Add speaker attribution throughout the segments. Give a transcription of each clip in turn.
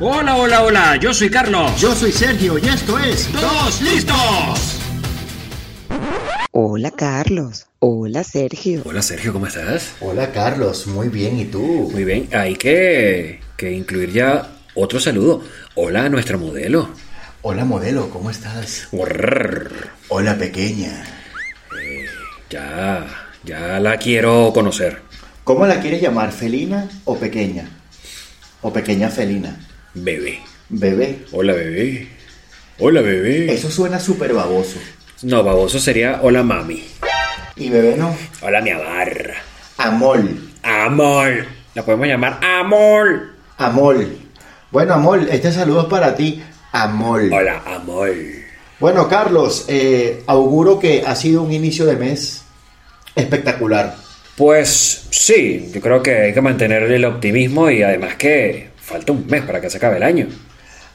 Speaker 1: Hola, hola, hola, yo soy Carlos.
Speaker 2: Yo soy Sergio y esto es
Speaker 1: ¡Todos listos!
Speaker 3: Hola Carlos, hola Sergio.
Speaker 1: Hola Sergio, ¿cómo estás?
Speaker 2: Hola Carlos, muy bien, ¿y tú?
Speaker 1: Muy bien, hay que, que incluir ya otro saludo. Hola a nuestra modelo.
Speaker 2: Hola modelo, ¿cómo estás?
Speaker 1: Urrr.
Speaker 2: Hola pequeña.
Speaker 1: Ya, ya la quiero conocer.
Speaker 2: ¿Cómo la quieres llamar, felina o pequeña? O pequeña felina.
Speaker 1: Bebé.
Speaker 2: Bebé.
Speaker 1: Hola bebé. Hola bebé.
Speaker 2: Eso suena súper baboso.
Speaker 1: No, baboso sería hola mami.
Speaker 2: Y bebé no.
Speaker 1: Hola mi amor.
Speaker 2: Amol.
Speaker 1: Amor. La podemos llamar amor.
Speaker 2: Amol. Bueno, Amol, este saludo es para ti. Amol.
Speaker 1: Hola amor.
Speaker 2: Bueno, Carlos, eh, auguro que ha sido un inicio de mes espectacular.
Speaker 1: Pues sí, yo creo que hay que mantener el optimismo y además que falta un mes para que se acabe el año.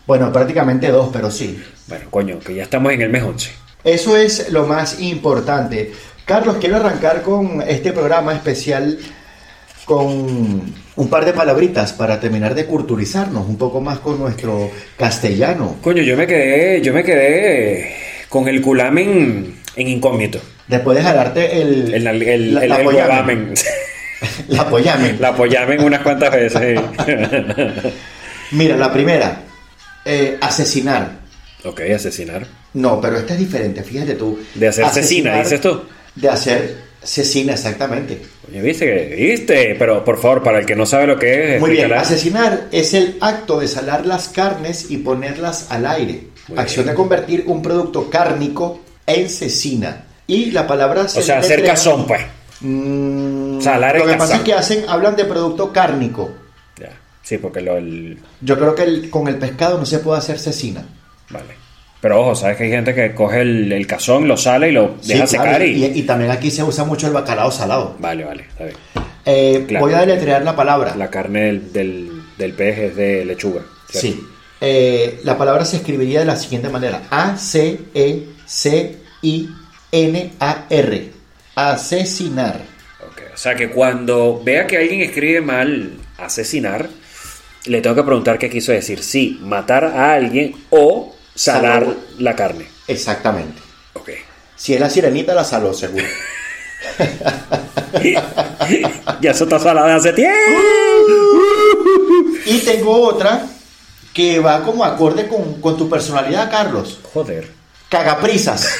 Speaker 2: Bueno, prácticamente dos, pero sí.
Speaker 1: Bueno, coño, que ya estamos en el mes 11.
Speaker 2: Eso es lo más importante. Carlos, quiero arrancar con este programa especial con un par de palabritas para terminar de culturizarnos un poco más con nuestro castellano.
Speaker 1: Coño, yo me quedé, yo me quedé con el culamen en incógnito.
Speaker 2: Después de jalarte el...
Speaker 1: El, el, el,
Speaker 2: la,
Speaker 1: el-
Speaker 2: la
Speaker 1: el
Speaker 2: pollamen.
Speaker 1: culamen.
Speaker 2: La pollamen.
Speaker 1: La apoyamen unas cuantas veces.
Speaker 2: Mira, la primera. eh, asesinar.
Speaker 1: ok, asesinar.
Speaker 2: No, pero esta es diferente, fíjate tú.
Speaker 1: De hacer cecina,
Speaker 2: Asesinar-
Speaker 1: dices tú.
Speaker 2: De hacer cecina, exactamente.
Speaker 1: Coño, ¿Viste? que- ¿Viste? Pero por favor, para el que no sabe lo que es,
Speaker 2: Muy bien,
Speaker 1: explícala.
Speaker 2: asesinar es el acto de salar las carnes y ponerlas al aire.
Speaker 1: Muy
Speaker 2: Acción
Speaker 1: bien.
Speaker 2: de convertir un producto cárnico en cecina. Y la palabra mm,
Speaker 1: O sea, hacer cazón, pues. Salar
Speaker 2: lo
Speaker 1: el
Speaker 2: que pasa
Speaker 1: cazón.
Speaker 2: es que hacen, hablan de producto cárnico.
Speaker 1: Ya. Sí, porque lo, el-
Speaker 2: Yo creo que el- con el pescado no se puede hacer cecina.
Speaker 1: Vale. Pero ojo, ¿sabes que hay gente que coge el, el cazón, lo sale y lo
Speaker 2: Sí,
Speaker 1: deja
Speaker 2: claro,
Speaker 1: secar y...
Speaker 2: y también aquí se usa mucho el bacalao salado.
Speaker 1: Vale, vale, está bien.
Speaker 2: Eh,
Speaker 1: Claro.
Speaker 2: Voy a deletrear la palabra.
Speaker 1: La carne del, del, del pez es de lechuga. ¿cierto?
Speaker 2: Sí. Eh, la palabra se escribiría de la siguiente manera: E, A-C-E-C-I-N-A-R. Asesinar.
Speaker 1: Ok, O sea que cuando vea que alguien escribe mal asesinar, le tengo que preguntar qué quiso decir. Si matar a alguien o salar
Speaker 2: Saló.
Speaker 1: la carne.
Speaker 2: Exactamente.
Speaker 1: Ok.
Speaker 2: Si es la sirenita, la saló, seguro.
Speaker 1: ya eso está salada hace tiempo.
Speaker 2: y tengo otra que va como acorde con, con tu personalidad, Carlos.
Speaker 1: Joder.
Speaker 2: Cagaprisas.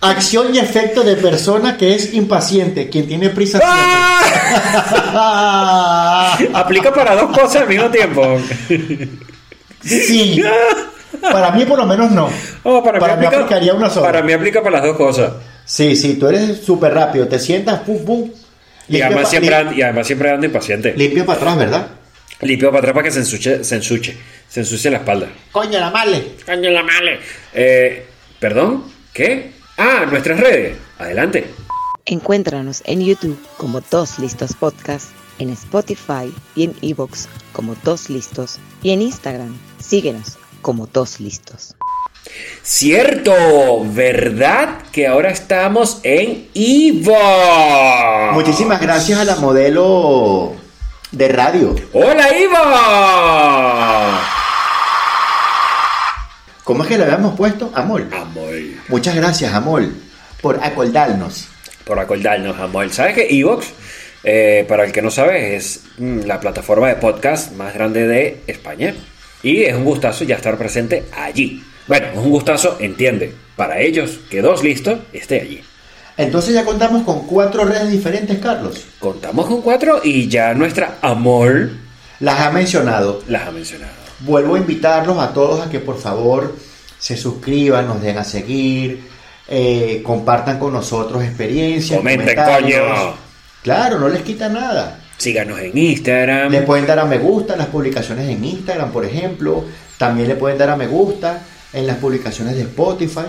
Speaker 2: Acción y efecto de persona que es impaciente, quien tiene prisa.
Speaker 1: ¡Ah!
Speaker 2: siempre.
Speaker 1: Aplica para dos cosas al mismo tiempo.
Speaker 2: Sí. Para mí por lo menos no.
Speaker 1: Oh, para, mí aplica,
Speaker 2: aplicaría una sola.
Speaker 1: Para mí aplica para las dos cosas.
Speaker 2: Sí, sí, tú eres súper rápido. Te sientas, pum, pum.
Speaker 1: Y además,
Speaker 2: pa-
Speaker 1: siempre,
Speaker 2: lim-
Speaker 1: and- y además siempre ando impaciente.
Speaker 2: limpio para atrás, ¿verdad?
Speaker 1: Limpio para atrás para que se ensuche, se ensuche, se ensucie la espalda.
Speaker 2: Coño, la male.
Speaker 1: Coño la male. Eh, ¿Perdón? ¿Qué? Ah, nuestras redes. Adelante.
Speaker 3: Encuéntranos en YouTube como Dos Listos Podcast, en Spotify y en Evox como Dos Listos y en Instagram. Síguenos como Dos Listos.
Speaker 1: Cierto, ¿verdad? Que ahora estamos en
Speaker 2: Ah.
Speaker 1: Ivo.
Speaker 2: Muchísimas gracias a la modelo de radio.
Speaker 1: Hola Ivo.
Speaker 2: ¿Cómo es que le habíamos puesto? Amol.
Speaker 1: Amor,
Speaker 2: Muchas gracias, Amol, por acordarnos.
Speaker 1: por acordarnos, amor. ¿Sabes que Evox, eh, para el que no sabe, es mm, la plataforma de podcast más grande de España? Y es un gustazo ya estar presente allí. Bueno, es un gustazo, entiende, para ellos que dos listos esté allí.
Speaker 2: Entonces ya contamos con cuatro redes diferentes, Carlos.
Speaker 1: Contamos con cuatro y ya nuestra amor
Speaker 2: Las ha mencionado.
Speaker 1: las ha mencionado.
Speaker 2: Vuelvo a invitarlos a todos a que por favor se suscriban, nos den a seguir, eh, compartan con nosotros experiencias.
Speaker 1: Comenten,
Speaker 2: comentarios.
Speaker 1: coño.
Speaker 2: Claro, no les quita nada.
Speaker 1: Síganos en Instagram.
Speaker 2: Le pueden dar a me gusta en las publicaciones en Instagram, por ejemplo. También le pueden dar a me gusta en las publicaciones de Spotify.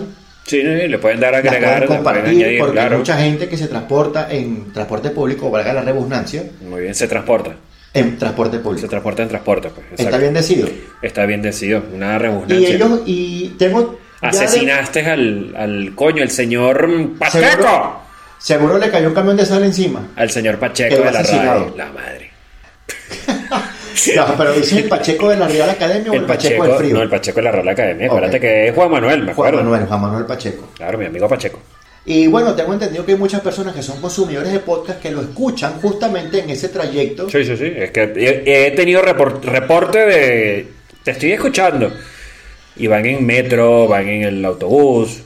Speaker 1: Sí, le pueden dar a
Speaker 2: Las
Speaker 1: agregar,
Speaker 2: pueden
Speaker 1: le pueden
Speaker 2: compartir
Speaker 1: añadir,
Speaker 2: porque
Speaker 1: claro.
Speaker 2: hay mucha gente que se transporta en transporte público, valga la redundancia,
Speaker 1: Muy bien, se transporta.
Speaker 2: en transporte
Speaker 1: Se
Speaker 2: público.
Speaker 1: transporta en transporte. Pues.
Speaker 2: Está
Speaker 1: exacto.
Speaker 2: bien decidido.
Speaker 1: Está bien decidido, una
Speaker 2: Y
Speaker 1: redundancia.
Speaker 2: ellos, y tengo... ya de-
Speaker 1: Asesinaste al, al coño, el señor mm, Pacheco.
Speaker 2: Seguro- Seguro le cayó un camión de sal encima.
Speaker 1: Al señor Pacheco
Speaker 2: Quedó
Speaker 1: de la
Speaker 2: asesinado.
Speaker 1: radio. La madre.
Speaker 2: No, pero dice el Pacheco de la Real Academia o el, Pacheco, del Frío.
Speaker 1: no, el Pacheco de la Real Academia.
Speaker 2: Ok.
Speaker 1: Acuérdate que es Juan Manuel, me
Speaker 2: Juan
Speaker 1: acuerdo.
Speaker 2: Manuel, Juan Manuel Pacheco.
Speaker 1: Claro, mi amigo Pacheco.
Speaker 2: Y bueno, tengo entendido que hay muchas personas que son consumidores de podcast que lo escuchan justamente en ese trayecto.
Speaker 1: Sí, sí, sí. Es que he, he tenido repor- reporte de. Te estoy escuchando. Y van en metro, van en el autobús.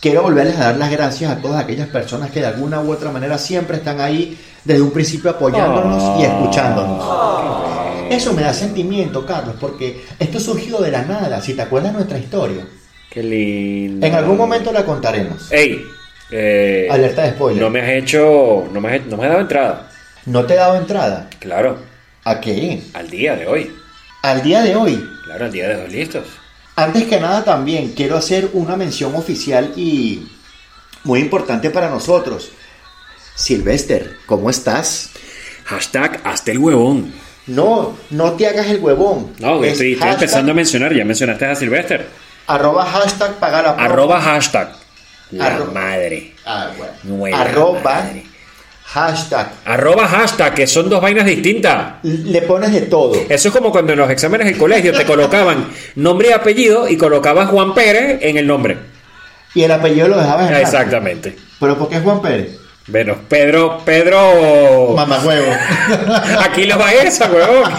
Speaker 2: Quiero volverles a dar las gracias a todas aquellas personas que de alguna u otra manera siempre están ahí desde un principio apoyándonos
Speaker 1: Ah.
Speaker 2: y escuchándonos. Eso me da sentimiento, Carlos, porque esto surgió de la nada. Si te acuerdas nuestra historia,
Speaker 1: Qué lindo.
Speaker 2: en algún momento la contaremos.
Speaker 1: ¡Ey! eh,
Speaker 2: Alerta de spoiler.
Speaker 1: No me has hecho. No me has, no me has dado entrada.
Speaker 2: No te he dado entrada.
Speaker 1: Claro,
Speaker 2: ¿A qué?
Speaker 1: al día de hoy.
Speaker 2: Al día de hoy,
Speaker 1: Claro, al día de hoy, listos.
Speaker 2: Antes que nada también quiero hacer una mención oficial y muy importante para nosotros. Silvester, ¿cómo estás?
Speaker 1: Hashtag hasta el huevón.
Speaker 2: No, no te hagas el huevón.
Speaker 1: No,
Speaker 2: Es
Speaker 1: estoy, estoy
Speaker 2: hashtag-
Speaker 1: empezando a mencionar. Ya mencionaste a Silvester.
Speaker 2: Arroba hashtag paga la promo.
Speaker 1: Arroba hashtag. La
Speaker 2: Arroba.
Speaker 1: madre.
Speaker 2: Ah, bueno.
Speaker 1: Nueva
Speaker 2: Arroba
Speaker 1: madre.
Speaker 2: hashtag.
Speaker 1: Arroba hashtag, que son dos vainas distintas.
Speaker 2: Le pones de todo.
Speaker 1: Eso es como cuando en los exámenes del colegio te colocaban nombre y apellido y colocabas Juan Pérez en el nombre.
Speaker 2: Y el apellido lo dejabas en blanco.
Speaker 1: Exactamente.
Speaker 2: Pero ¿por qué es Juan Pérez?
Speaker 1: Bueno, Pedro, Pedro.
Speaker 2: Mamagüevo.
Speaker 1: Aquí los va esa, huevón.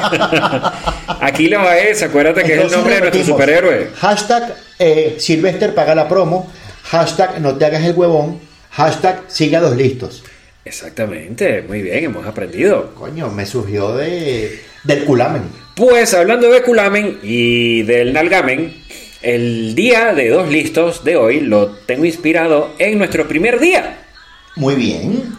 Speaker 1: Aquí los va esa, acuérdate que es el
Speaker 2: Entonces
Speaker 1: nombre de nuestro
Speaker 2: repetimos,
Speaker 1: superhéroe.
Speaker 2: Hashtag eh, Silvester paga la promo. Hashtag no te hagas el huevón. Hashtag sigue a los listos.
Speaker 1: Exactamente, muy bien, hemos aprendido.
Speaker 2: Coño, me surgió de, del culamen.
Speaker 1: Pues hablando de culamen y del nalgamen, el día de dos listos de hoy lo tengo inspirado en nuestro primer día.
Speaker 2: Muy bien.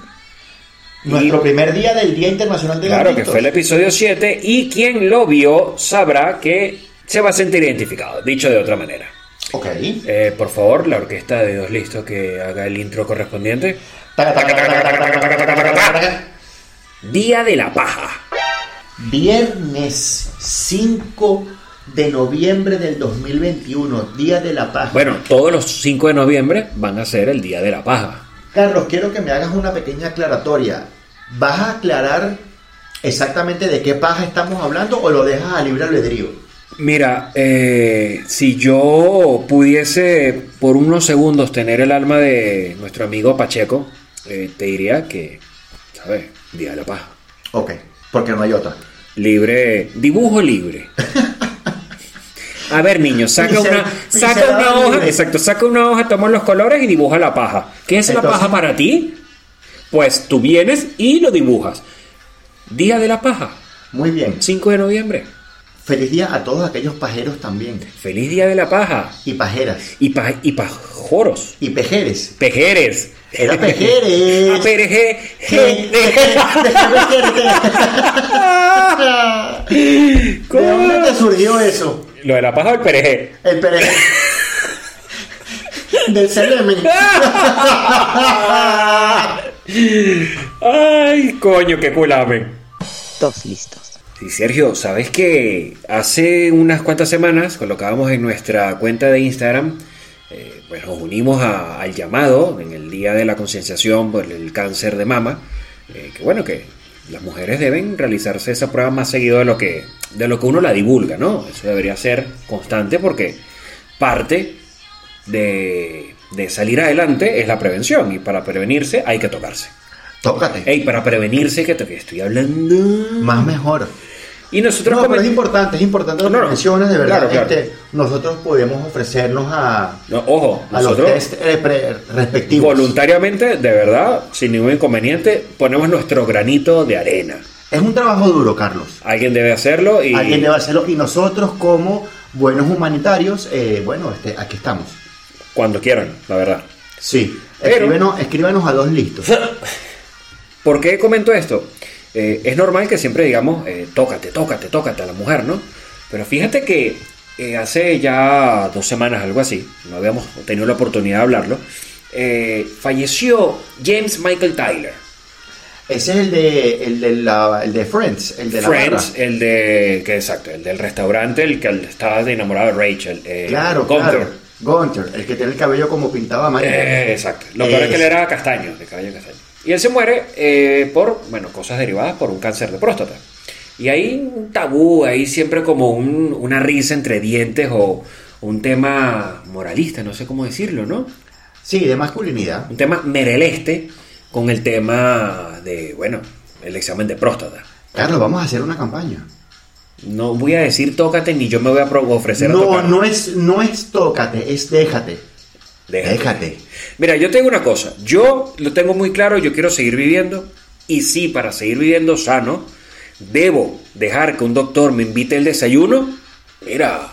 Speaker 1: Y-
Speaker 2: Nuestro primer día del Día Internacional de
Speaker 1: Claro,
Speaker 2: los
Speaker 1: que
Speaker 2: Listos.
Speaker 1: fue el episodio 7 y quien lo vio sabrá que se va a sentir identificado, dicho de otra manera.
Speaker 2: Ok.
Speaker 1: Eh, por favor, la orquesta de dos listos que haga el intro correspondiente.
Speaker 2: Taca, taca, taca, taca, taca, taca, taca, taca, taca, taca.
Speaker 1: Día de la paja.
Speaker 2: Viernes 5 de noviembre del 2021, Día de la Paz.
Speaker 1: Bueno, todos los 5 de noviembre van a ser el día de la paja.
Speaker 2: Carlos, quiero que me hagas una pequeña aclaratoria. ¿Vas a aclarar exactamente de qué paja estamos hablando o lo dejas a libre albedrío?
Speaker 1: Mira, eh, si yo pudiese por unos segundos tener el alma de nuestro amigo Pacheco, eh, te diría que, ¿sabes? Día de la paja.
Speaker 2: Ok, porque no hay otra.
Speaker 1: Libre, dibujo libre. A ver, niño, saca
Speaker 2: Pincel-
Speaker 1: una, saca
Speaker 2: pincelada
Speaker 1: una hoja,
Speaker 2: libre.
Speaker 1: exacto, saca una hoja, toma los colores y dibuja la paja. ¿Qué es la
Speaker 2: Entonces-
Speaker 1: paja para ti? Pues tú vienes y lo dibujas. Día de la paja,
Speaker 2: Muy bien.
Speaker 1: 5 de noviembre.
Speaker 2: Feliz día a todos aquellos pajeros también.
Speaker 1: Feliz día de la paja.
Speaker 2: Y pajeras.
Speaker 1: Y, pa- y pajoros.
Speaker 2: Y pejeres.
Speaker 1: Pejeres.
Speaker 2: Era pejeres.
Speaker 1: A pereje-
Speaker 2: Je- ¿De dónde te surgió eso?
Speaker 1: Lo de la paja o el pereje.
Speaker 2: El pereje. Del celemen.
Speaker 1: Ay, coño, qué culamen.
Speaker 3: Dos listos.
Speaker 1: Sí, Sergio, ¿sabes que hace unas cuantas semanas colocábamos en nuestra cuenta de Instagram, eh, pues nos unimos a- al llamado en el Día de la Concienciación por el Cáncer de Mama, eh, que bueno, que las mujeres deben realizarse esa prueba más seguido de lo que, de lo que uno la divulga, ¿no? Eso debería ser constante porque parte de, de salir adelante es la prevención y para prevenirse hay que tocarse.
Speaker 2: Tócate.
Speaker 1: Ey, para prevenirse, que te que estoy hablando.
Speaker 2: Más mejor.
Speaker 1: Y nosotros
Speaker 2: No, pero es
Speaker 1: comen-
Speaker 2: importante, es importante lo que
Speaker 1: No, no.
Speaker 2: mencionas, de verdad.
Speaker 1: Claro, claro.
Speaker 2: este, nosotros podemos ofrecernos a,
Speaker 1: No, ojo,
Speaker 2: a los
Speaker 1: nosotros
Speaker 2: test eh, pre- respectivos.
Speaker 1: voluntariamente, de verdad, sin ningún inconveniente, ponemos nuestro granito de arena.
Speaker 2: Es un trabajo duro, Carlos.
Speaker 1: Alguien debe hacerlo y
Speaker 2: Alguien debe hacerlo y nosotros como buenos humanitarios, eh, bueno, este, aquí estamos.
Speaker 1: cuando quieran, la verdad.
Speaker 2: Sí.
Speaker 1: Pero-
Speaker 2: Escríbenos, escríbenos a dos listos.
Speaker 1: ¿Por qué comento esto? Eh, es normal que siempre digamos, eh, tócate, tócate, tócate a la mujer, ¿no? Pero fíjate que eh, hace ya dos semanas, algo así, no habíamos tenido la oportunidad de hablarlo, eh, falleció James Michael Tyler.
Speaker 2: Ese es el de, el de, la, el de Friends, el de la
Speaker 1: Friends,
Speaker 2: barra.
Speaker 1: el de. que exacto, el del restaurante, el que estaba enamorado de Rachel. eh,
Speaker 2: Claro,
Speaker 1: Gunther.
Speaker 2: claro. Gonter, el que tiene el cabello como pintado amarillo.
Speaker 1: Eh, exacto. Lo peor es que él era castaño, de cabello castaño. Y él se muere eh, por, bueno, cosas derivadas por un cáncer de próstata. Y hay un tabú, hay siempre como un- una risa entre dientes o un tema moralista, no sé cómo decirlo, ¿no?
Speaker 2: Sí, de masculinidad.
Speaker 1: Un tema mereleste con el tema de, bueno, el examen de próstata.
Speaker 2: Carlos, vamos a hacer una campaña.
Speaker 1: No voy a decir tócate ni yo me voy a pro- ofrecer a
Speaker 2: No,
Speaker 1: tocar.
Speaker 2: no es, no es tócate, es déjate.
Speaker 1: Déjate.
Speaker 2: Déjate.
Speaker 1: Mira, yo tengo una cosa. Yo lo tengo muy claro, yo quiero seguir viviendo. Y sí, para seguir viviendo sano, debo dejar que un doctor me invite el desayuno. Mira,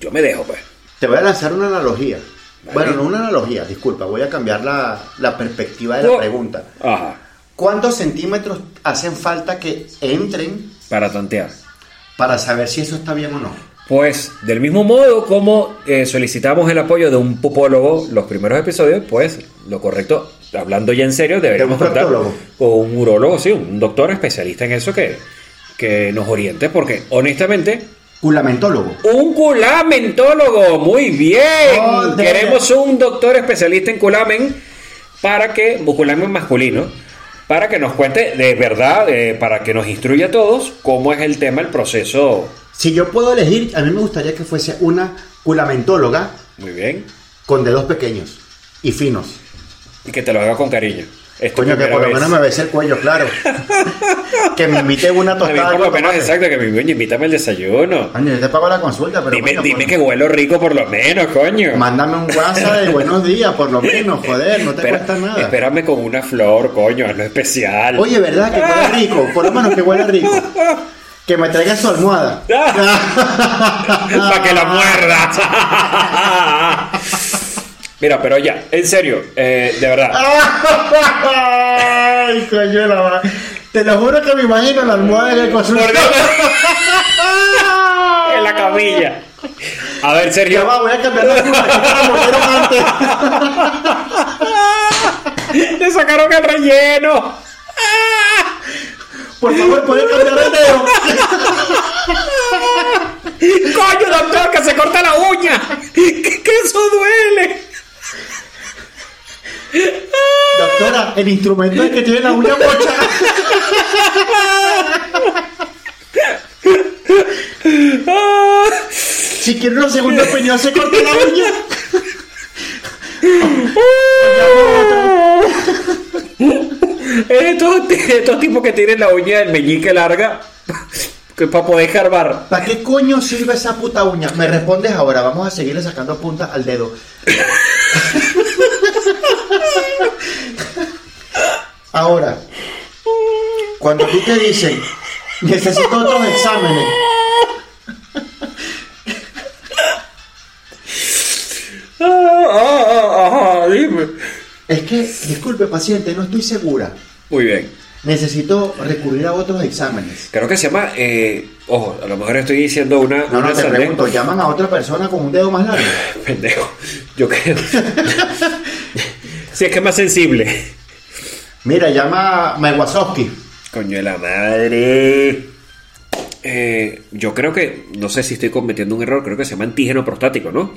Speaker 1: yo me dejo, pues.
Speaker 2: Te voy a lanzar una analogía.
Speaker 1: Vale.
Speaker 2: Bueno, no una analogía, disculpa, voy a cambiar la, la perspectiva de la
Speaker 1: No.
Speaker 2: pregunta.
Speaker 1: Ajá,
Speaker 2: ¿Cuántos centímetros hacen falta que entren
Speaker 1: para tantear.
Speaker 2: para saber si eso está bien o no?
Speaker 1: Pues, del mismo modo como eh, solicitamos el apoyo de un pupólogo los primeros episodios, pues lo correcto, hablando ya en serio, deberíamos
Speaker 2: un
Speaker 1: contar
Speaker 2: proctólogo.
Speaker 1: con un urólogo, sí, un doctor especialista en eso que, que nos oriente, porque honestamente
Speaker 2: Culamentólogo.
Speaker 1: Un culamentólogo, muy bien.
Speaker 2: Joder.
Speaker 1: Queremos un doctor especialista en culamen para que, o culamen masculino, para que nos cuente de verdad, eh, para que nos instruya a todos cómo es el tema, el proceso.
Speaker 2: Si yo puedo elegir, a mí me gustaría que fuese una culamentóloga
Speaker 1: Muy bien.
Speaker 2: con dedos pequeños y finos.
Speaker 1: Y que te lo haga con cariño. Es tu
Speaker 2: Coño, que
Speaker 1: primera
Speaker 2: por lo
Speaker 1: vez.
Speaker 2: menos me bese el cuello, claro. que me invite una
Speaker 1: A mí
Speaker 2: tostada.
Speaker 1: por lo
Speaker 2: con
Speaker 1: menos,
Speaker 2: tomate.
Speaker 1: exacto, que mi coño, invítame el desayuno.
Speaker 2: Coño, yo te pago la consulta, pero
Speaker 1: dime
Speaker 2: coño,
Speaker 1: dime
Speaker 2: por-
Speaker 1: que huelo rico por lo menos, coño.
Speaker 2: Mándame un WhatsApp de buenos días, por lo menos, joder, no te
Speaker 1: Espera-
Speaker 2: cuesta nada.
Speaker 1: Espérame con una flor, coño, es lo especial.
Speaker 2: Oye, ¿verdad? Que huele rico, por lo menos que huele rico. Que me traigas su almohada.
Speaker 1: para que la muerda. Mira, pero ya, en serio, eh, de verdad.
Speaker 2: Ay, coño, de la va- Te lo juro que me imagino la almohada en el
Speaker 1: Por
Speaker 2: consultorio. ¡Ah!
Speaker 1: Dios, en la camilla. A ver,
Speaker 2: Ya
Speaker 1: Sergio.
Speaker 2: va, voy a cambiar la cuna, que me la movieron antes.
Speaker 1: Le sacaron el relleno. Ah,
Speaker 2: Por favor, puedes cambiar el dedo.
Speaker 1: Coño, doctor, que se corta la uña. Que, que eso duele.
Speaker 2: Doctora, el instrumento es que tiene la uña mocha.
Speaker 1: Ah,
Speaker 2: Si quiere una segunda opinión, se corta la uña.
Speaker 1: Eh, estos, estos tipos que tienen la uña del meñique larga, que para poder escarbar.
Speaker 2: ¿Para qué coño sirve esa puta uña? Me respondes ahora, vamos a seguirle sacando punta al dedo. Ahora, cuando a ti te dicen, necesito otros exámenes,
Speaker 1: Ah, ah, ah, ah, dime.
Speaker 2: es que, disculpe paciente, no estoy segura.
Speaker 1: Muy bien.
Speaker 2: Necesito recurrir a otros exámenes.
Speaker 1: Creo que se llama. eh, ojo, a lo mejor estoy diciendo una.
Speaker 2: No,
Speaker 1: una
Speaker 2: no, te
Speaker 1: sandez.
Speaker 2: pregunto, ¿llaman a otra persona con un dedo más largo?
Speaker 1: Pendejo. Yo creo. si es que es más sensible.
Speaker 2: Mira, llama a Mewazowski.
Speaker 1: Coño de la madre. Eh, yo creo que. No sé si estoy cometiendo un error. Creo que se llama antígeno prostático, ¿no?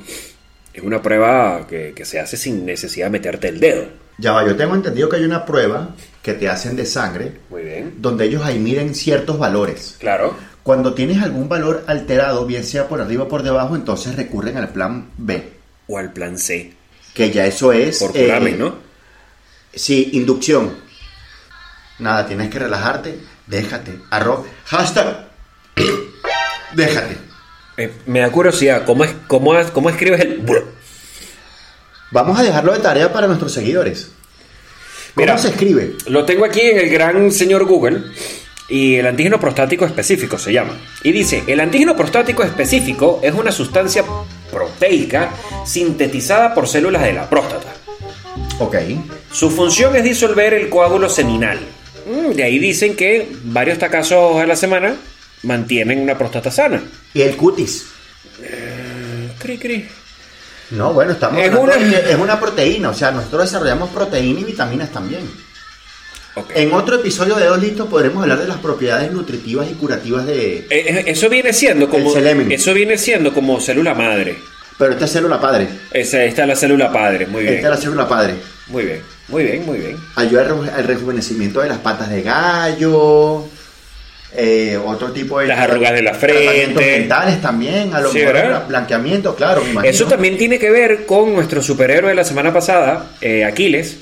Speaker 1: Es una prueba que, que se hace sin necesidad de meterte el dedo.
Speaker 2: Ya va, yo tengo entendido que hay una prueba que te hacen de sangre
Speaker 1: Muy bien.
Speaker 2: donde ellos ahí miden ciertos valores.
Speaker 1: Claro.
Speaker 2: Cuando tienes algún valor alterado, bien sea por arriba o por debajo, entonces recurren al plan B,
Speaker 1: O al plan C.
Speaker 2: que ya eso es...
Speaker 1: Por
Speaker 2: eh,
Speaker 1: culamen, ¿no?
Speaker 2: Sí, inducción. Nada, tienes que relajarte, déjate, arroz, hashtag, déjate.
Speaker 1: Eh, me da curiosidad. ¿Cómo, es, cómo, es- cómo escribes el.?
Speaker 2: Vamos a dejarlo de tarea para nuestros seguidores. ¿Cómo
Speaker 1: Mira.
Speaker 2: se escribe?
Speaker 1: Lo tengo aquí en el gran señor Google. Y el antígeno prostático específico se llama. Y dice, el antígeno prostático específico es una sustancia proteica sintetizada por células de la próstata.
Speaker 2: Ok,
Speaker 1: Su función es disolver el coágulo seminal. Mm, De ahí dicen que varios tacazos a la semana mantienen una próstata sana.
Speaker 2: y el cutis.
Speaker 1: Cri, cri.
Speaker 2: No, bueno, estamos
Speaker 1: Es
Speaker 2: hablando
Speaker 1: una-
Speaker 2: de que es una proteína, o sea, nosotros desarrollamos proteína y vitaminas también.
Speaker 1: Ok. Eh,
Speaker 2: En otro episodio de Dos Listos podremos hablar de las propiedades nutritivas y curativas de...
Speaker 1: Eh, eh, Eso viene siendo como
Speaker 2: El semen.
Speaker 1: eso viene siendo como célula madre.
Speaker 4: Pero esta es célula padre.
Speaker 1: Esa, esta es la célula padre, muy bien.
Speaker 4: Esta es la célula padre.
Speaker 1: Muy bien, muy bien, muy bien.
Speaker 4: Ayuda al, reju- al rejuvenecimiento de las patas de gallo, eh, otro tipo de...
Speaker 1: Las arrugas de la
Speaker 4: Tratamientos
Speaker 1: frente.
Speaker 4: dentales también, a lo
Speaker 1: Sí,
Speaker 4: mejor
Speaker 1: ¿verdad?
Speaker 4: blanqueamiento, claro, me imagino.
Speaker 1: Eso también tiene que ver con nuestro superhéroe de la semana pasada, eh, Aquiles,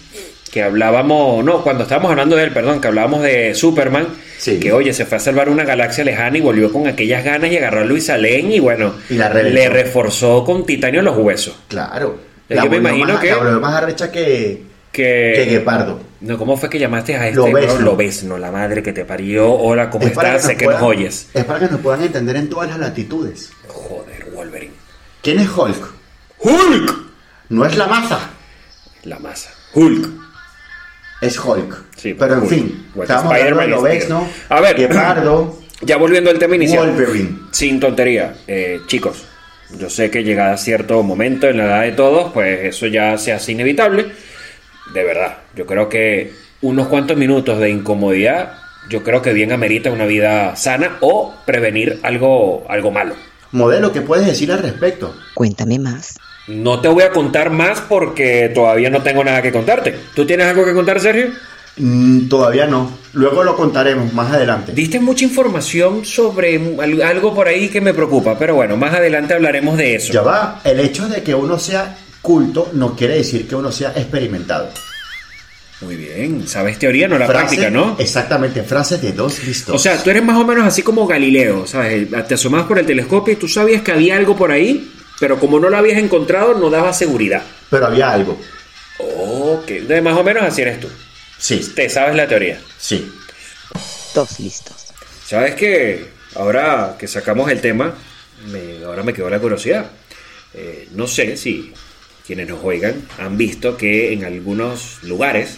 Speaker 1: que hablábamos, no, cuando estábamos hablando de él, perdón, que hablábamos de Superman,
Speaker 4: Sí.
Speaker 1: que oye, se fue a salvar una galaxia lejana y volvió con aquellas ganas y agarró a Luis Alén y bueno,
Speaker 4: Y la reventó.
Speaker 1: le reforzó con titanio los huesos.
Speaker 4: Claro.
Speaker 1: Es que me
Speaker 4: volvió
Speaker 1: imagino
Speaker 4: más-
Speaker 1: que-
Speaker 4: La volvió más arrecha que...
Speaker 1: Que,
Speaker 4: Que Guepardo.
Speaker 1: No, ¿cómo fue que llamaste a este?
Speaker 4: Lobezno.
Speaker 1: no, Lobezno, la madre que te parió. Hola, ¿cómo
Speaker 4: Es para
Speaker 1: estás? Sé que nos
Speaker 4: puedan-
Speaker 1: oyes.
Speaker 4: Es para que nos puedan entender en todas las latitudes.
Speaker 1: Joder, Wolverine.
Speaker 4: ¿Quién es Hulk?
Speaker 1: ¡Hulk!
Speaker 4: No es la masa,
Speaker 1: La masa. ¡Hulk!
Speaker 4: es Hulk.
Speaker 1: Sí,
Speaker 4: pero en
Speaker 1: Hulk.
Speaker 4: fin,
Speaker 1: Bueno,
Speaker 4: estamos hablando de
Speaker 1: Spider-Man es
Speaker 4: Lobezno,
Speaker 1: Spider-Man. A ver.
Speaker 4: Guepardo,
Speaker 1: Ya volviendo al tema inicial.
Speaker 4: Wolverine.
Speaker 1: Sin tontería, eh, chicos. Yo sé que llegada cierto momento en la edad de todos, pues eso ya se hace inevitable. De verdad, yo creo que unos cuantos minutos de incomodidad, yo creo que bien amerita una vida sana o prevenir algo, algo malo.
Speaker 4: Modelo, ¿qué puedes decir al respecto?
Speaker 3: Cuéntame más.
Speaker 1: No te voy a contar más porque todavía no tengo nada que contarte. ¿Tú tienes algo que contar, Sergio?
Speaker 4: Mm, todavía no. Luego lo contaremos más adelante.
Speaker 1: Diste mucha información sobre al- algo por ahí que me preocupa, pero bueno, más adelante hablaremos de eso.
Speaker 4: Ya va. El hecho de que uno sea culto no quiere decir que uno sea experimentado.
Speaker 1: Muy bien, sabes teoría, no la
Speaker 4: Frases-
Speaker 1: práctica, ¿no?
Speaker 4: Exactamente, frases de dos listos.
Speaker 1: O sea, tú eres más o menos así como Galileo, ¿sabes? Te asomabas por el telescopio y tú sabías que había algo por ahí, pero como no lo habías encontrado, no daba seguridad.
Speaker 4: Pero había algo.
Speaker 1: Ok, entonces más o menos así eres tú.
Speaker 4: Sí,
Speaker 1: Te sabes la teoría.
Speaker 4: sí.
Speaker 3: Dos listos.
Speaker 1: ¿Sabes que Ahora que sacamos el tema, me- ahora me quedó la curiosidad. Eh, no sé si quienes nos oigan han visto que en algunos lugares,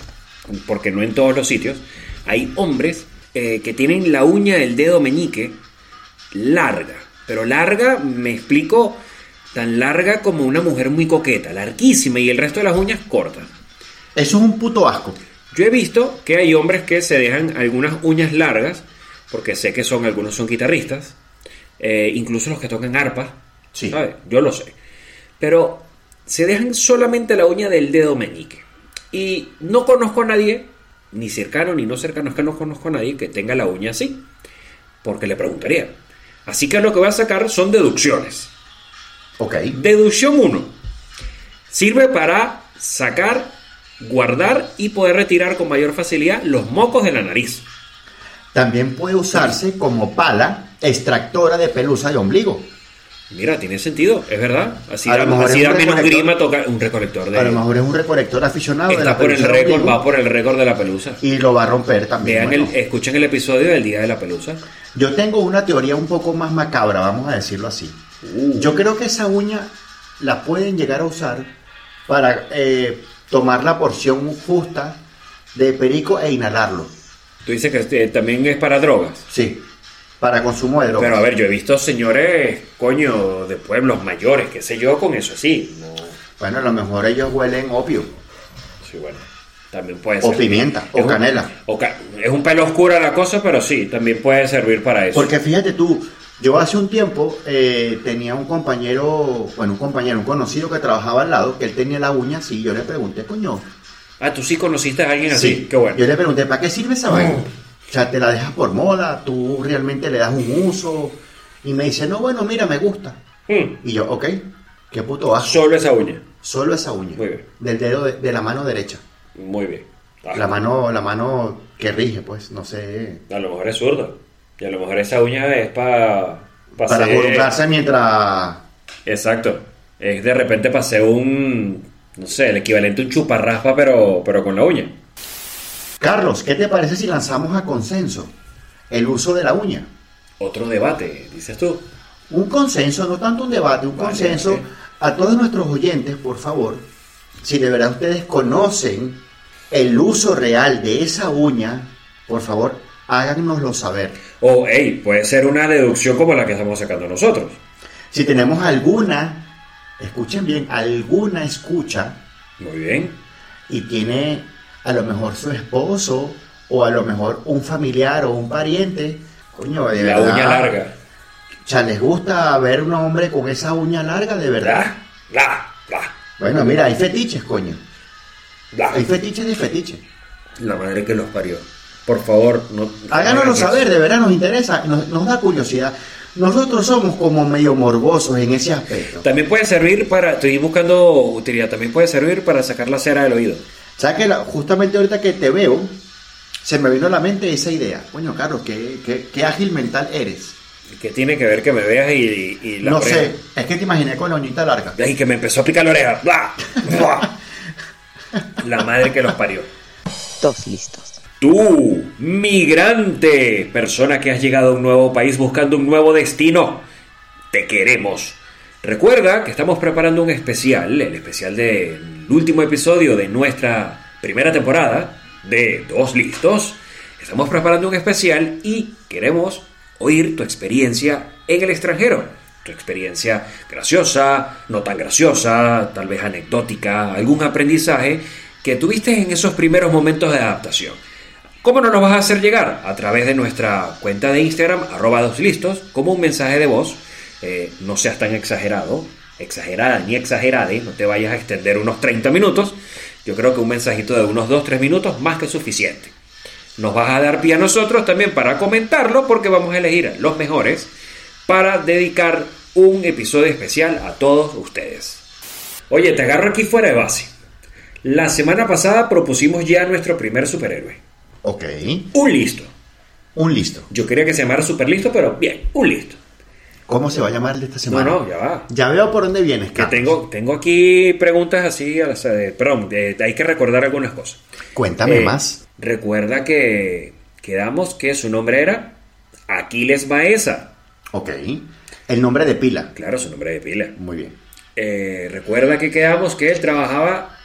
Speaker 1: porque no en todos los sitios, hay hombres eh, que tienen la uña del dedo meñique larga. Pero larga, me explico, tan larga como una mujer muy coqueta, larguísima, y el resto de las uñas cortas.
Speaker 4: Eso es un puto asco.
Speaker 1: Yo he visto que hay hombres que se dejan algunas uñas largas, porque sé que son, algunos son guitarristas, eh, incluso los que tocan arpa,
Speaker 4: Sí.
Speaker 1: ¿sabes? Yo lo sé. Pero se dejan solamente la uña del dedo meñique. Y no conozco a nadie, ni cercano ni no cercano, es que no conozco a nadie que tenga la uña así, porque le preguntaría. Así que lo que voy a sacar son deducciones.
Speaker 4: Ok.
Speaker 1: Deducción 1. Sirve para sacar, guardar y poder retirar con mayor facilidad los mocos de la nariz.
Speaker 4: También puede usarse como pala extractora de pelusa de ombligo.
Speaker 1: Mira, tiene sentido, es verdad. Así
Speaker 4: A
Speaker 1: da,
Speaker 4: lo mejor
Speaker 1: así
Speaker 4: es
Speaker 1: da
Speaker 4: un
Speaker 1: menos
Speaker 4: recolector.
Speaker 1: grima tocar un recolector de...
Speaker 4: A lo mejor es un recolector aficionado de
Speaker 1: Eh, Está
Speaker 4: la
Speaker 1: por el
Speaker 4: pelusa de
Speaker 1: récord,
Speaker 4: ombligo
Speaker 1: va por el récord de la pelusa.
Speaker 4: y lo va a romper también.
Speaker 1: Vean
Speaker 4: bueno.
Speaker 1: el, eh. escuchen el episodio del Día de la Pelusa.
Speaker 4: Yo tengo una teoría un poco más macabra, vamos a decirlo así. Yo creo que esa uña la pueden llegar a usar para eh, tomar la porción justa de perico e inhalarlo.
Speaker 1: Tú dices que este, también es para drogas.
Speaker 4: Sí, para consumo de drogas.
Speaker 1: Pero a ver, yo he visto señores, coño, de pueblos mayores, qué sé yo, con eso así. No,
Speaker 4: Bueno, a lo mejor ellos huelen opio.
Speaker 1: Sí, bueno. También puede
Speaker 4: O
Speaker 1: ser.
Speaker 4: pimienta, o
Speaker 1: Es un-
Speaker 4: canela.
Speaker 1: o ca- es un pelo oscura la cosa, pero sí, también puede servir para eso.
Speaker 4: Porque fíjate tú, yo hace un tiempo eh, tenía un compañero, bueno, un compañero, un conocido que trabajaba al lado, que él tenía la uña así, yo le pregunté, coño,
Speaker 1: Ah, tú sí conociste a alguien así.
Speaker 4: Sí.
Speaker 1: Qué bueno. Oh.
Speaker 4: Yo le pregunté, ¿para qué sirve esa vaina? O sea, ¿te la dejas por moda? ¿Tú realmente le das un uso? Y me dice, no, bueno, mira, me gusta.
Speaker 1: Mm,
Speaker 4: Y yo, ok, qué puto asco.
Speaker 1: Solo esa uña.
Speaker 4: Solo esa uña.
Speaker 1: Muy bien.
Speaker 4: Del dedo de, de la mano derecha.
Speaker 1: Muy bien. Ah,
Speaker 4: La mano, la mano que rige, pues, no sé.
Speaker 1: A lo mejor es zurdo. Y a lo mejor esa uña es pa- pa
Speaker 4: Para
Speaker 1: hacer-
Speaker 4: burlarse mientras.
Speaker 1: Exacto. Es de repente pasé un. No sé, el equivalente a un chuparraspa, pero, pero con la uña.
Speaker 4: Carlos, ¿qué te parece si lanzamos a consenso el uso de la uña?
Speaker 1: Otro debate, dices tú.
Speaker 4: Un consenso, no tanto un debate, un
Speaker 1: Vale,
Speaker 4: consenso
Speaker 1: vale.
Speaker 4: a todos nuestros oyentes, por favor. Si de verdad ustedes conocen el uso real de esa uña, por favor, háganoslo saber.
Speaker 1: O, hey, puede ser una deducción como la que estamos sacando nosotros.
Speaker 4: Si tenemos alguna, escuchen bien, alguna escucha
Speaker 1: Muy bien.
Speaker 4: y tiene a lo mejor su esposo o a lo mejor un familiar o un pariente, coño, de
Speaker 1: la
Speaker 4: verdad.
Speaker 1: uña larga.
Speaker 4: O sea, les gusta ver un hombre con esa uña larga, de verdad.
Speaker 1: ¿Verdad? Bla, bla,
Speaker 4: Bueno, mira, hay fetiches, coño.
Speaker 1: bla.
Speaker 4: Hay fetiches de fetiches.
Speaker 1: La madre que los parió. Por favor, no.
Speaker 4: Háganoslo
Speaker 1: no
Speaker 4: saber, de verdad nos interesa, nos, nos da curiosidad. Nosotros somos como medio morbosos en ese aspecto.
Speaker 1: También puede servir para. Estoy buscando utilidad. También puede servir para sacar la cera del oído.
Speaker 4: ¿Sabes que la- justamente ahorita que te veo, se me vino a la mente esa idea? Coño, Carlos, qué, qué- qué ágil mental eres.
Speaker 1: ¿Qué tiene que ver que me veas y, y la
Speaker 4: no
Speaker 1: oreja?
Speaker 4: sé, es que te imaginé con la uñita larga.
Speaker 1: Y que me empezó a picar la oreja. Bla, bla. La madre que los parió.
Speaker 3: Dos listos.
Speaker 1: Tú, migrante, persona que has llegado a un nuevo país buscando un nuevo destino, te queremos. Recuerda que estamos preparando un especial, el especial del último episodio de nuestra primera temporada de Dos Listos. Estamos preparando un especial y queremos oír tu experiencia en el extranjero. Tu experiencia graciosa, no tan graciosa, tal vez anecdótica, algún aprendizaje que tuviste en esos primeros momentos de adaptación. ¿Cómo no nos vas a hacer llegar? A través de nuestra cuenta de Instagram, arroba dos listos, como un mensaje de voz. Eh, no seas tan exagerado, exagerada ni exagerade, no te vayas a extender unos 30 minutos. Yo creo que un mensajito de unos 2-3 minutos más que suficiente. Nos vas a dar pie a nosotros también para comentarlo porque vamos a elegir a los mejores para dedicar un episodio especial a todos ustedes. Oye, te agarro aquí fuera de base. La semana pasada propusimos ya nuestro primer superhéroe.
Speaker 4: Ok,
Speaker 1: Un listo.
Speaker 4: un listo.
Speaker 1: Yo quería que se llamara super listo, pero bien, un listo.
Speaker 4: ¿Cómo se va a llamar el de esta
Speaker 1: No,
Speaker 4: semana?
Speaker 1: no, ya va.
Speaker 4: Ya veo por dónde vienes,
Speaker 1: Que
Speaker 4: Carlos.
Speaker 1: tengo, tengo aquí preguntas así, a las, eh, perdón, eh, hay que recordar algunas cosas.
Speaker 4: Cuéntame
Speaker 1: Eh,
Speaker 4: más.
Speaker 1: Recuerda que quedamos que su nombre era Aquiles Baeza.
Speaker 4: Ok, el nombre de pila.
Speaker 1: Claro, su nombre de pila.
Speaker 4: Muy bien.
Speaker 1: Eh, recuerda que quedamos que él trabajaba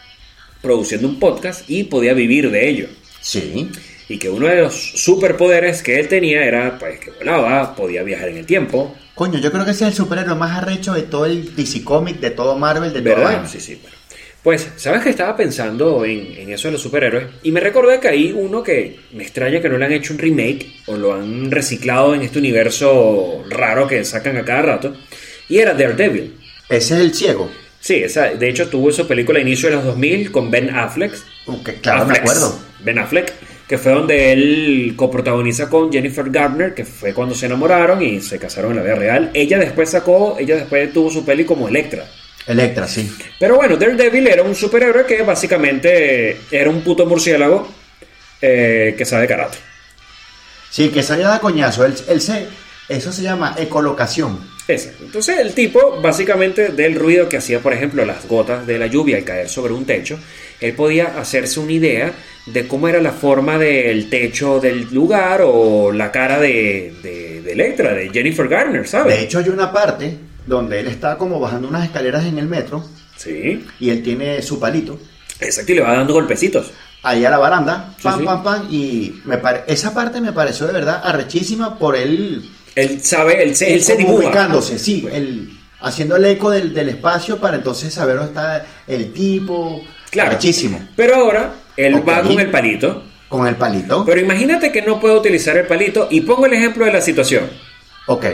Speaker 1: produciendo un podcast y podía vivir de ello.
Speaker 4: Sí,
Speaker 1: Y que uno de los superpoderes que él tenía era pues, que volaba, podía viajar en el tiempo,
Speaker 4: Coño, yo creo que ese es el superhéroe más arrecho de todo el DC Comic, de todo Marvel, de todo.
Speaker 1: ¿Verdad? Sí, sí, bueno. Pues, ¿sabes que estaba pensando en, en eso de los superhéroes? Y me recordé que hay uno que me extraña que no le han hecho un remake o lo han reciclado en este universo raro que sacan a cada rato. Y era Daredevil.
Speaker 4: Ese es el ciego.
Speaker 1: Sí, esa, de hecho tuvo su película a inicio de los 2000 con Ben Affleck.
Speaker 4: Aunque, claro,
Speaker 1: Affleck,
Speaker 4: me acuerdo.
Speaker 1: Ben Affleck, que fue donde él coprotagoniza con Jennifer Garner, que fue cuando se enamoraron y se casaron en la vida real. Ella después sacó, ella después tuvo su peli como Electra.
Speaker 4: Electra, sí.
Speaker 1: Pero bueno, Daredevil era un superhéroe que básicamente era un puto murciélago eh, que sabe karate.
Speaker 4: Sí, que salía da coñazo. Él, él se, eso se llama ecolocación.
Speaker 1: Exacto. Entonces el tipo, básicamente del ruido que hacía, por ejemplo, las gotas de la lluvia al caer sobre un techo, él podía hacerse una idea de cómo era la forma del techo del lugar o la cara de, de, de Electra, de Jennifer Garner,
Speaker 4: De
Speaker 1: ¿sabes?
Speaker 4: hecho, hay una parte donde él está como bajando unas escaleras en el metro
Speaker 1: Sí.
Speaker 4: y él tiene su palito
Speaker 1: Exacto, y le va dando golpecitos.
Speaker 4: ahí a la baranda,
Speaker 1: Sí,
Speaker 4: pam,
Speaker 1: sí.
Speaker 4: pam, pam. Y me pare- esa parte me pareció de verdad arrechísima por él,
Speaker 1: Él sabe, él se, él se
Speaker 4: como
Speaker 1: dibuja.
Speaker 4: ubicándose, sí, él haciendo el eco del, del espacio para entonces saber dónde está el tipo.
Speaker 1: Claro.
Speaker 4: Arrechísimo.
Speaker 1: Pero ahora él va
Speaker 4: Ok.
Speaker 1: con el palito.
Speaker 4: Con el palito.
Speaker 1: Pero imagínate que no puedo utilizar el palito y pongo el ejemplo de la situación.
Speaker 4: Ok.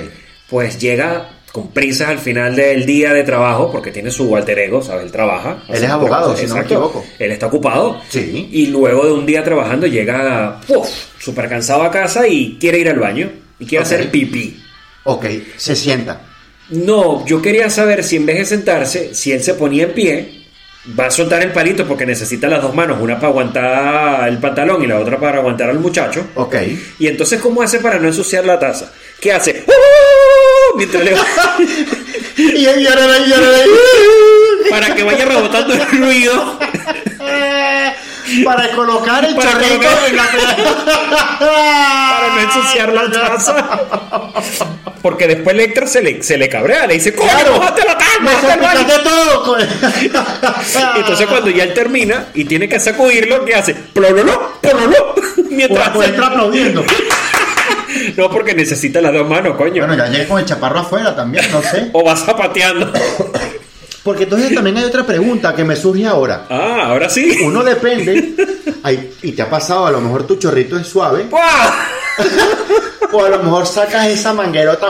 Speaker 1: Pues llega con prisas al final del día de trabajo porque tiene su alter ego, ¿sabes? Él trabaja.
Speaker 4: Él es abogado, si no me equivoco.
Speaker 1: Él está ocupado.
Speaker 4: Sí.
Speaker 1: Y luego de un día trabajando llega ¡puf! súper cansado a casa y quiere ir al baño y quiere
Speaker 4: Ok.
Speaker 1: hacer pipí.
Speaker 4: Ok. Se sienta.
Speaker 1: No, yo quería saber si en vez de sentarse, si él se ponía en pie, va a soltar el palito porque necesita las dos manos, una para aguantar el pantalón y la otra para aguantar al muchacho.
Speaker 4: Ok.
Speaker 1: Y entonces, ¿cómo hace para no ensuciar la taza? ¿Qué hace? ¡Uh! Mientras le-
Speaker 4: y él llora, y llora,
Speaker 1: para que vaya rebotando el ruido.
Speaker 4: y- Para colocar el
Speaker 1: Para
Speaker 4: chorrito
Speaker 1: colocar-
Speaker 4: en la
Speaker 1: Para no ensuciar la taza. Porque después Electra se le, se le cabrea, le dice, ¡coño,
Speaker 4: Claro.
Speaker 1: mojate la taza!
Speaker 4: Me
Speaker 1: mojate el baño".
Speaker 4: salpicaste todo. co-
Speaker 1: Entonces cuando ya él termina y tiene que sacudirlo, ¿qué hace? ¡Plololó! ¡Plololó! Mientras
Speaker 4: Por, por
Speaker 1: hace-
Speaker 4: estar aplaudiendo.
Speaker 1: No, porque necesita las dos manos, coño.
Speaker 4: Bueno, ya llegué con el chaparro afuera también, no sé.
Speaker 1: O vas zapateando.
Speaker 4: Porque entonces también hay otra pregunta que me surge ahora.
Speaker 1: Ah, ahora sí.
Speaker 4: Uno depende. Ay, y te ha pasado, a lo mejor tu chorrito es suave.
Speaker 1: ¡Buah!
Speaker 4: o a lo mejor sacas esa manguerota,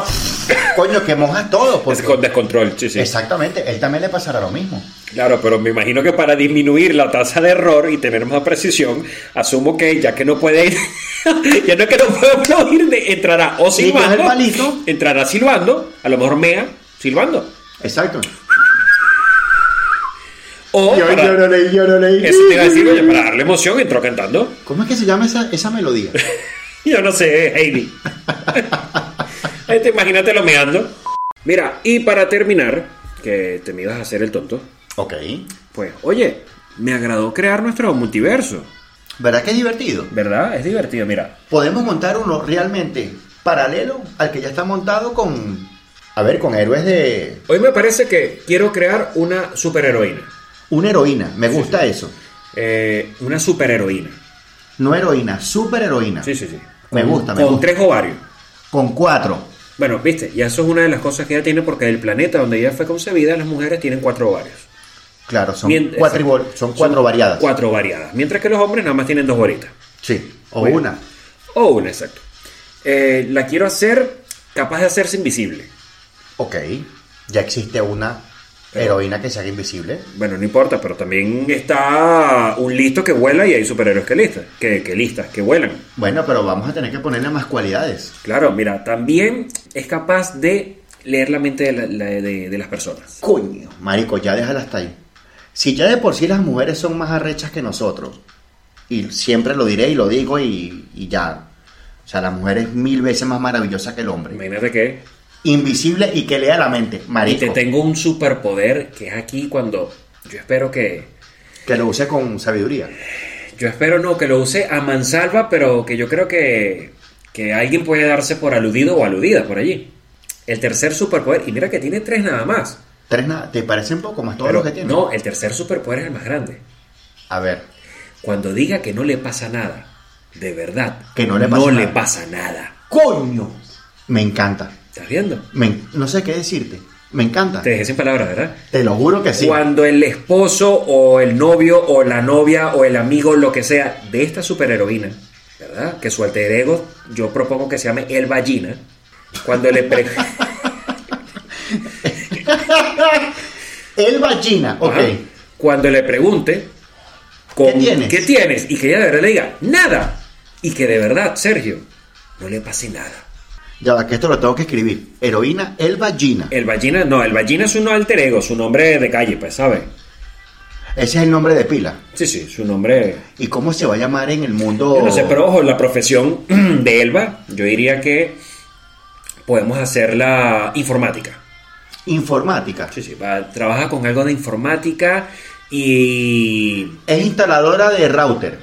Speaker 4: coño, que mojas todo.
Speaker 1: Es con descontrol, sí, sí.
Speaker 4: Exactamente, él también le pasará lo mismo.
Speaker 1: Claro, pero me imagino que para disminuir la tasa de error y tener más precisión, asumo que ya que no puede, ya no que no puede aplaudir, de- entrará o
Speaker 4: Si coges el
Speaker 1: silbando,
Speaker 4: palito,
Speaker 1: entrará silbando, a lo mejor mea silbando.
Speaker 4: exacto.
Speaker 1: O
Speaker 4: Yo
Speaker 1: para-
Speaker 4: lloré, yo lloré.
Speaker 1: eso te iba a decir, oye, para darle emoción entró cantando.
Speaker 4: ¿Cómo es que se llama esa, esa melodía?
Speaker 1: Yo no sé, eh, Heidi. Este, imagínatelo meando. Mira, y para terminar, que te me ibas a hacer el tonto,
Speaker 4: ok.
Speaker 1: pues, oye, me agradó crear nuestro multiverso,
Speaker 4: ¿Verdad que es divertido?
Speaker 1: ¿verdad? Es divertido, mira.
Speaker 4: Podemos montar uno realmente paralelo al que ya está montado con... A ver, con héroes de...
Speaker 1: Hoy me parece que quiero crear una superheroína.
Speaker 4: Una heroína, me gusta eso.
Speaker 1: Eh, una superheroína.
Speaker 4: No heroína, super heroína.
Speaker 1: Sí, sí, sí.
Speaker 4: Me
Speaker 1: Con-
Speaker 4: gusta, me
Speaker 1: Con
Speaker 4: gusta.
Speaker 1: tres ovarios.
Speaker 4: Con cuatro.
Speaker 1: Bueno, viste, y eso es una de las cosas que ella tiene porque el planeta donde ella fue concebida, las mujeres tienen cuatro ovarios.
Speaker 4: Claro, son,
Speaker 1: Mien-
Speaker 4: cuatribol- son cuatro variadas.
Speaker 1: Cuatro variadas. Mientras que los hombres nada más tienen dos bolitas.
Speaker 4: Sí, o
Speaker 1: Bueno.
Speaker 4: una.
Speaker 1: O una, exacto. Eh, la quiero hacer capaz de hacerse invisible.
Speaker 4: Ok, ya existe una heroína que se haga invisible.
Speaker 1: Bueno, no importa, pero también está un listo que vuela y hay superhéroes que listas, que, que listas, que vuelan.
Speaker 4: Bueno, pero vamos a tener que ponerle más cualidades.
Speaker 1: Claro, mira, también es capaz de leer la mente de, la- la- de- de las personas.
Speaker 4: Coño, marico, ya déjala hasta ahí. Si ya de por sí las mujeres son más arrechas que nosotros, y siempre lo diré y lo digo y, y ya. O sea, la mujer es mil veces más maravillosa que el hombre.
Speaker 1: Imagínate que
Speaker 4: Invisible y que lea la mente,
Speaker 1: y
Speaker 4: marico.
Speaker 1: te tengo un superpoder que es aquí cuando yo espero que
Speaker 4: Que lo use con sabiduría.
Speaker 1: yo espero no que lo use a mansalva, pero que yo creo que que alguien puede darse por aludido o aludida por allí. El tercer superpoder y mira que tiene tres nada más.
Speaker 4: Tres nada, ¿te parece un poco más todo
Speaker 1: Pero
Speaker 4: lo que tiene?
Speaker 1: No, el tercer superpoder es el más grande.
Speaker 4: A ver,
Speaker 1: Cuando diga que no le pasa nada, de verdad,
Speaker 4: Que no le pasa nada.
Speaker 1: le pasa nada.
Speaker 4: coño. Me encanta.
Speaker 1: ¿Estás viendo?
Speaker 4: Me en- no sé qué decirte. Me encanta.
Speaker 1: Te dejé sin palabras, ¿verdad?
Speaker 4: Te lo juro que sí.
Speaker 1: Cuando el esposo o el novio o la novia o el amigo, lo que sea, de esta superheroína, ¿verdad? Que su alter ego, yo propongo que se llame El Ballina. Cuando le pre-
Speaker 4: El vagina, ok.
Speaker 1: Ajá. Cuando le pregunte con-
Speaker 4: ¿Qué tienes?
Speaker 1: ¿qué tienes? Y que ella de verdad le diga, nada. Y que de verdad, Sergio, no le pase nada.
Speaker 4: Ya va, que esto lo tengo que escribir. Heroína, el vagina.
Speaker 1: El Ballina, no, el Ballina es un alter ego, su nombre de calle, pues, ¿sabes?
Speaker 4: Ese es el nombre de pila.
Speaker 1: Sí, sí, su nombre.
Speaker 4: ¿Y cómo se va a llamar en el mundo?
Speaker 1: Yo no sé, pero ojo, la profesión de Elba, yo diría que podemos hacerla informática.
Speaker 4: Informática.
Speaker 1: Sí, sí, va- trabaja con algo de informática y.
Speaker 4: Es instaladora de router.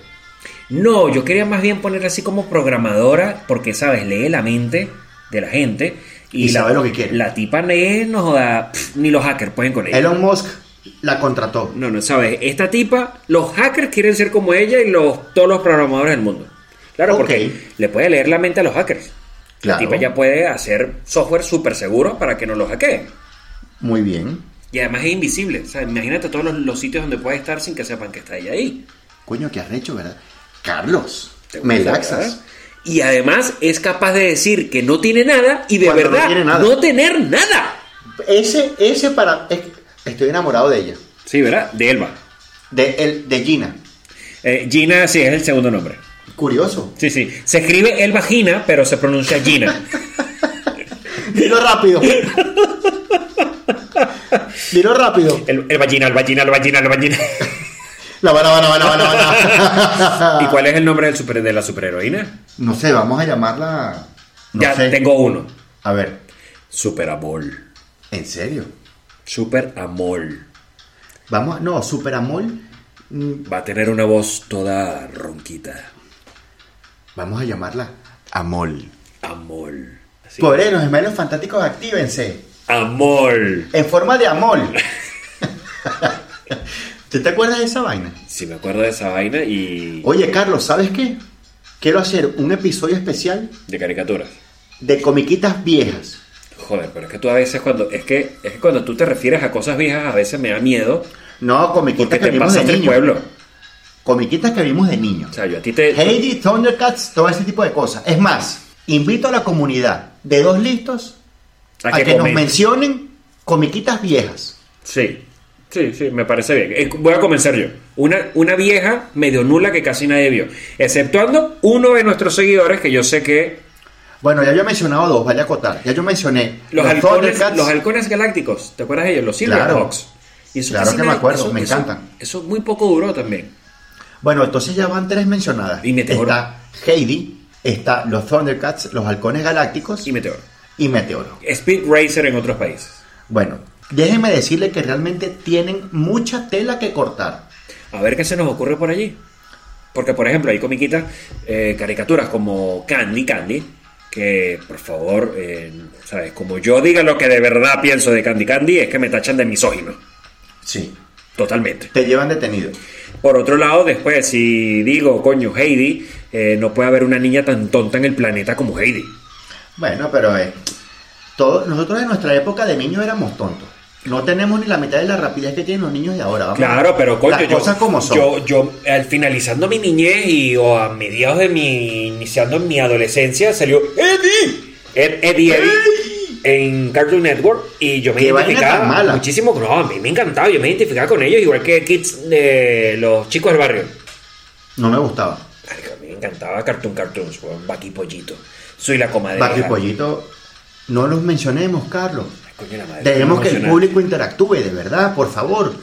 Speaker 1: No, yo quería más bien poner así como programadora, porque, ¿sabes? Lee la mente de la gente
Speaker 4: Y
Speaker 1: la-
Speaker 4: sabe lo que quiere.
Speaker 1: La tipa lee, no joda, pf, ni los hackers pueden con ella.
Speaker 4: Elon Musk la contrató.
Speaker 1: No, no, sabes, esta tipa, los hackers quieren ser como ella y los, todos los programadores del mundo. Claro,
Speaker 4: Ok.
Speaker 1: porque le puede leer la mente a los hackers. La
Speaker 4: Claro.
Speaker 1: tipa ya puede hacer software súper seguro para que no los hackeen.
Speaker 4: Muy bien.
Speaker 1: Y además es invisible. O sea, imagínate todos los, los sitios donde puede estar sin que sepan que está ella ahí.
Speaker 4: Coño, qué arrecho, ¿verdad? Carlos,
Speaker 1: ¿Te
Speaker 4: me
Speaker 1: gusta,
Speaker 4: laxas.
Speaker 1: verdad? Y además es capaz de decir que no tiene nada y de
Speaker 4: Cuando no
Speaker 1: verdad
Speaker 4: tiene
Speaker 1: no,
Speaker 4: nada.
Speaker 1: tener nada.
Speaker 4: Ese, ese para... es- Estoy enamorado de ella.
Speaker 1: Sí, ¿verdad? De Elba.
Speaker 4: De, el, de Gina.
Speaker 1: Eh, Gina, sí, es el segundo nombre.
Speaker 4: Curioso.
Speaker 1: Sí, sí. Se escribe Elba Gina, pero se pronuncia Gina.
Speaker 4: Dilo rápido. Dilo rápido.
Speaker 1: El, el vagina, el vagina, el vagina, el vagina.
Speaker 4: La van, la van, la van, la van, la van.
Speaker 1: ¿Y cuál es el nombre del super, de la superheroína?
Speaker 4: No sé, vamos a llamarla. No
Speaker 1: ya
Speaker 4: sé.
Speaker 1: tengo uno.
Speaker 4: A ver,
Speaker 1: Superamol.
Speaker 4: ¿en serio?
Speaker 1: Superamol.
Speaker 4: Vamos a. No, Superamol. mm,
Speaker 1: Va a tener una voz toda ronquita.
Speaker 4: Vamos a llamarla Amol.
Speaker 1: Amol. Así.
Speaker 4: Por ahí, los gemelos fantásticos, actívense.
Speaker 1: Amol.
Speaker 4: En forma de Amol. ¿Tú te acuerdas de esa vaina?
Speaker 1: Si me acuerdo de esa vaina y...
Speaker 4: Oye, Carlos, ¿sabes qué? Quiero hacer un episodio especial
Speaker 1: De caricaturas.
Speaker 4: de comiquitas viejas.
Speaker 1: Joder, pero es que tú a veces cuando... Es que, es que cuando tú te refieres a cosas viejas a veces me da miedo
Speaker 4: No, comiquitas
Speaker 1: porque
Speaker 4: que
Speaker 1: te
Speaker 4: vimos de
Speaker 1: pasas del
Speaker 4: niño.
Speaker 1: pueblo.
Speaker 2: comiquitas que vimos de niños.
Speaker 1: O sea, yo a ti te.
Speaker 2: Heidi, Thundercats, todo ese tipo de cosas. Es más, invito a la comunidad de dos listos
Speaker 1: a
Speaker 2: a,
Speaker 1: que
Speaker 2: que, nos
Speaker 1: comenten.
Speaker 2: mencionen comiquitas viejas.
Speaker 1: Sí, sí, sí, me parece bien. Eh, Voy a comenzar yo. Una, una vieja medio nula que casi nadie vio. Exceptuando uno de nuestros seguidores que yo sé que.
Speaker 2: Bueno, ya yo he mencionado dos, vale acotar. Ya yo mencioné
Speaker 1: Los, halcones,
Speaker 2: Thundercats.
Speaker 1: los halcones galácticos, ¿te acuerdas de ellos? Los
Speaker 2: Claro.
Speaker 1: Silverhawks. Y eso
Speaker 2: Claro
Speaker 1: casi
Speaker 2: que me
Speaker 1: nadie-
Speaker 2: acuerdo, me encantan.
Speaker 1: Eso, muy poco duró también.
Speaker 2: Bueno, entonces ya van tres mencionadas.
Speaker 1: Y Meteoro.
Speaker 2: Está Heidi, está los Thundercats, los halcones galácticos
Speaker 1: Y Meteoro.
Speaker 2: y Meteoro.
Speaker 1: Speed Racer en otros países.
Speaker 2: Bueno, déjenme decirle que realmente tienen mucha tela que cortar.
Speaker 1: A ver qué se nos ocurre por allí. Porque, por ejemplo, hay comiquitas, eh, caricaturas como Candy Candy, que, por favor, eh, ¿sabes? Como yo diga lo que de verdad pienso de Candy Candy, es que me tachan de misógino.
Speaker 2: Sí.
Speaker 1: Totalmente.
Speaker 2: Te llevan detenido.
Speaker 1: Por otro lado, después, si digo, coño, Heidi, eh, no puede haber una niña tan tonta en el planeta como Heidi.
Speaker 2: Bueno, pero eh, todos, nosotros en nuestra época de niños éramos tontos. No tenemos ni la mitad de la rapidez que tienen los niños de ahora. vamos.
Speaker 1: Claro, pero coño,
Speaker 2: Las
Speaker 1: yo,
Speaker 2: cosas como son.
Speaker 1: yo, yo, al finalizando mi niñez y o a mediados de mi, iniciando mi adolescencia, salió Eddie, Ed- Eddie, Eddie en Cartoon Network y yo me
Speaker 2: Qué vaina
Speaker 1: identificaba
Speaker 2: tan mala.
Speaker 1: muchísimo, no, a mí me encantaba, yo me identificaba con ellos igual que Kids de los chicos del barrio.
Speaker 2: No me gustaba.
Speaker 1: Marico, a mí me encantaba Cartoon Cartoons, weón, Bati Pollito, soy la comadre.
Speaker 2: Barrio Pollito, no los mencionemos, Carlos.
Speaker 1: Tenemos
Speaker 2: Dejemos que el público interactúe, de verdad, por favor.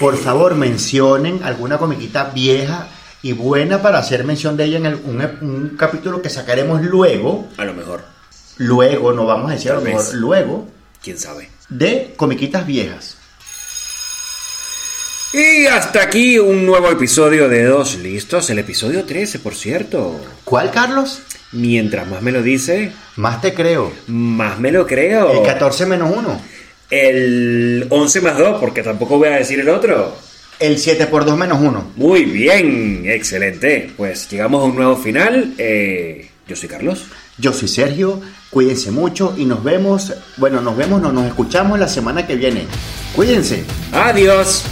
Speaker 2: Por favor, mencionen alguna comiquita vieja y buena para hacer mención de ella en el- un, un capítulo que sacaremos luego.
Speaker 1: A lo mejor,
Speaker 2: Luego, no vamos a decir a lo
Speaker 1: Tal
Speaker 2: mejor,
Speaker 1: vez.
Speaker 2: luego,
Speaker 1: quién sabe.
Speaker 2: de comiquitas viejas.
Speaker 1: Y hasta aquí un nuevo episodio de Dos Listos, el episodio 13, por cierto.
Speaker 2: ¿Cuál, Carlos?
Speaker 1: Mientras más me lo dice,
Speaker 2: Más te creo.
Speaker 1: más me lo creo.
Speaker 2: El 14 menos 1.
Speaker 1: El 11 más 2, porque tampoco voy a decir el otro.
Speaker 2: El 7 por 2 menos 1.
Speaker 1: Muy bien, excelente. Pues llegamos a un nuevo final. Eh, yo soy Carlos.
Speaker 2: Yo soy Sergio, cuídense mucho y nos vemos, bueno, nos vemos, no, nos escuchamos la semana que viene. Cuídense.
Speaker 1: Adiós.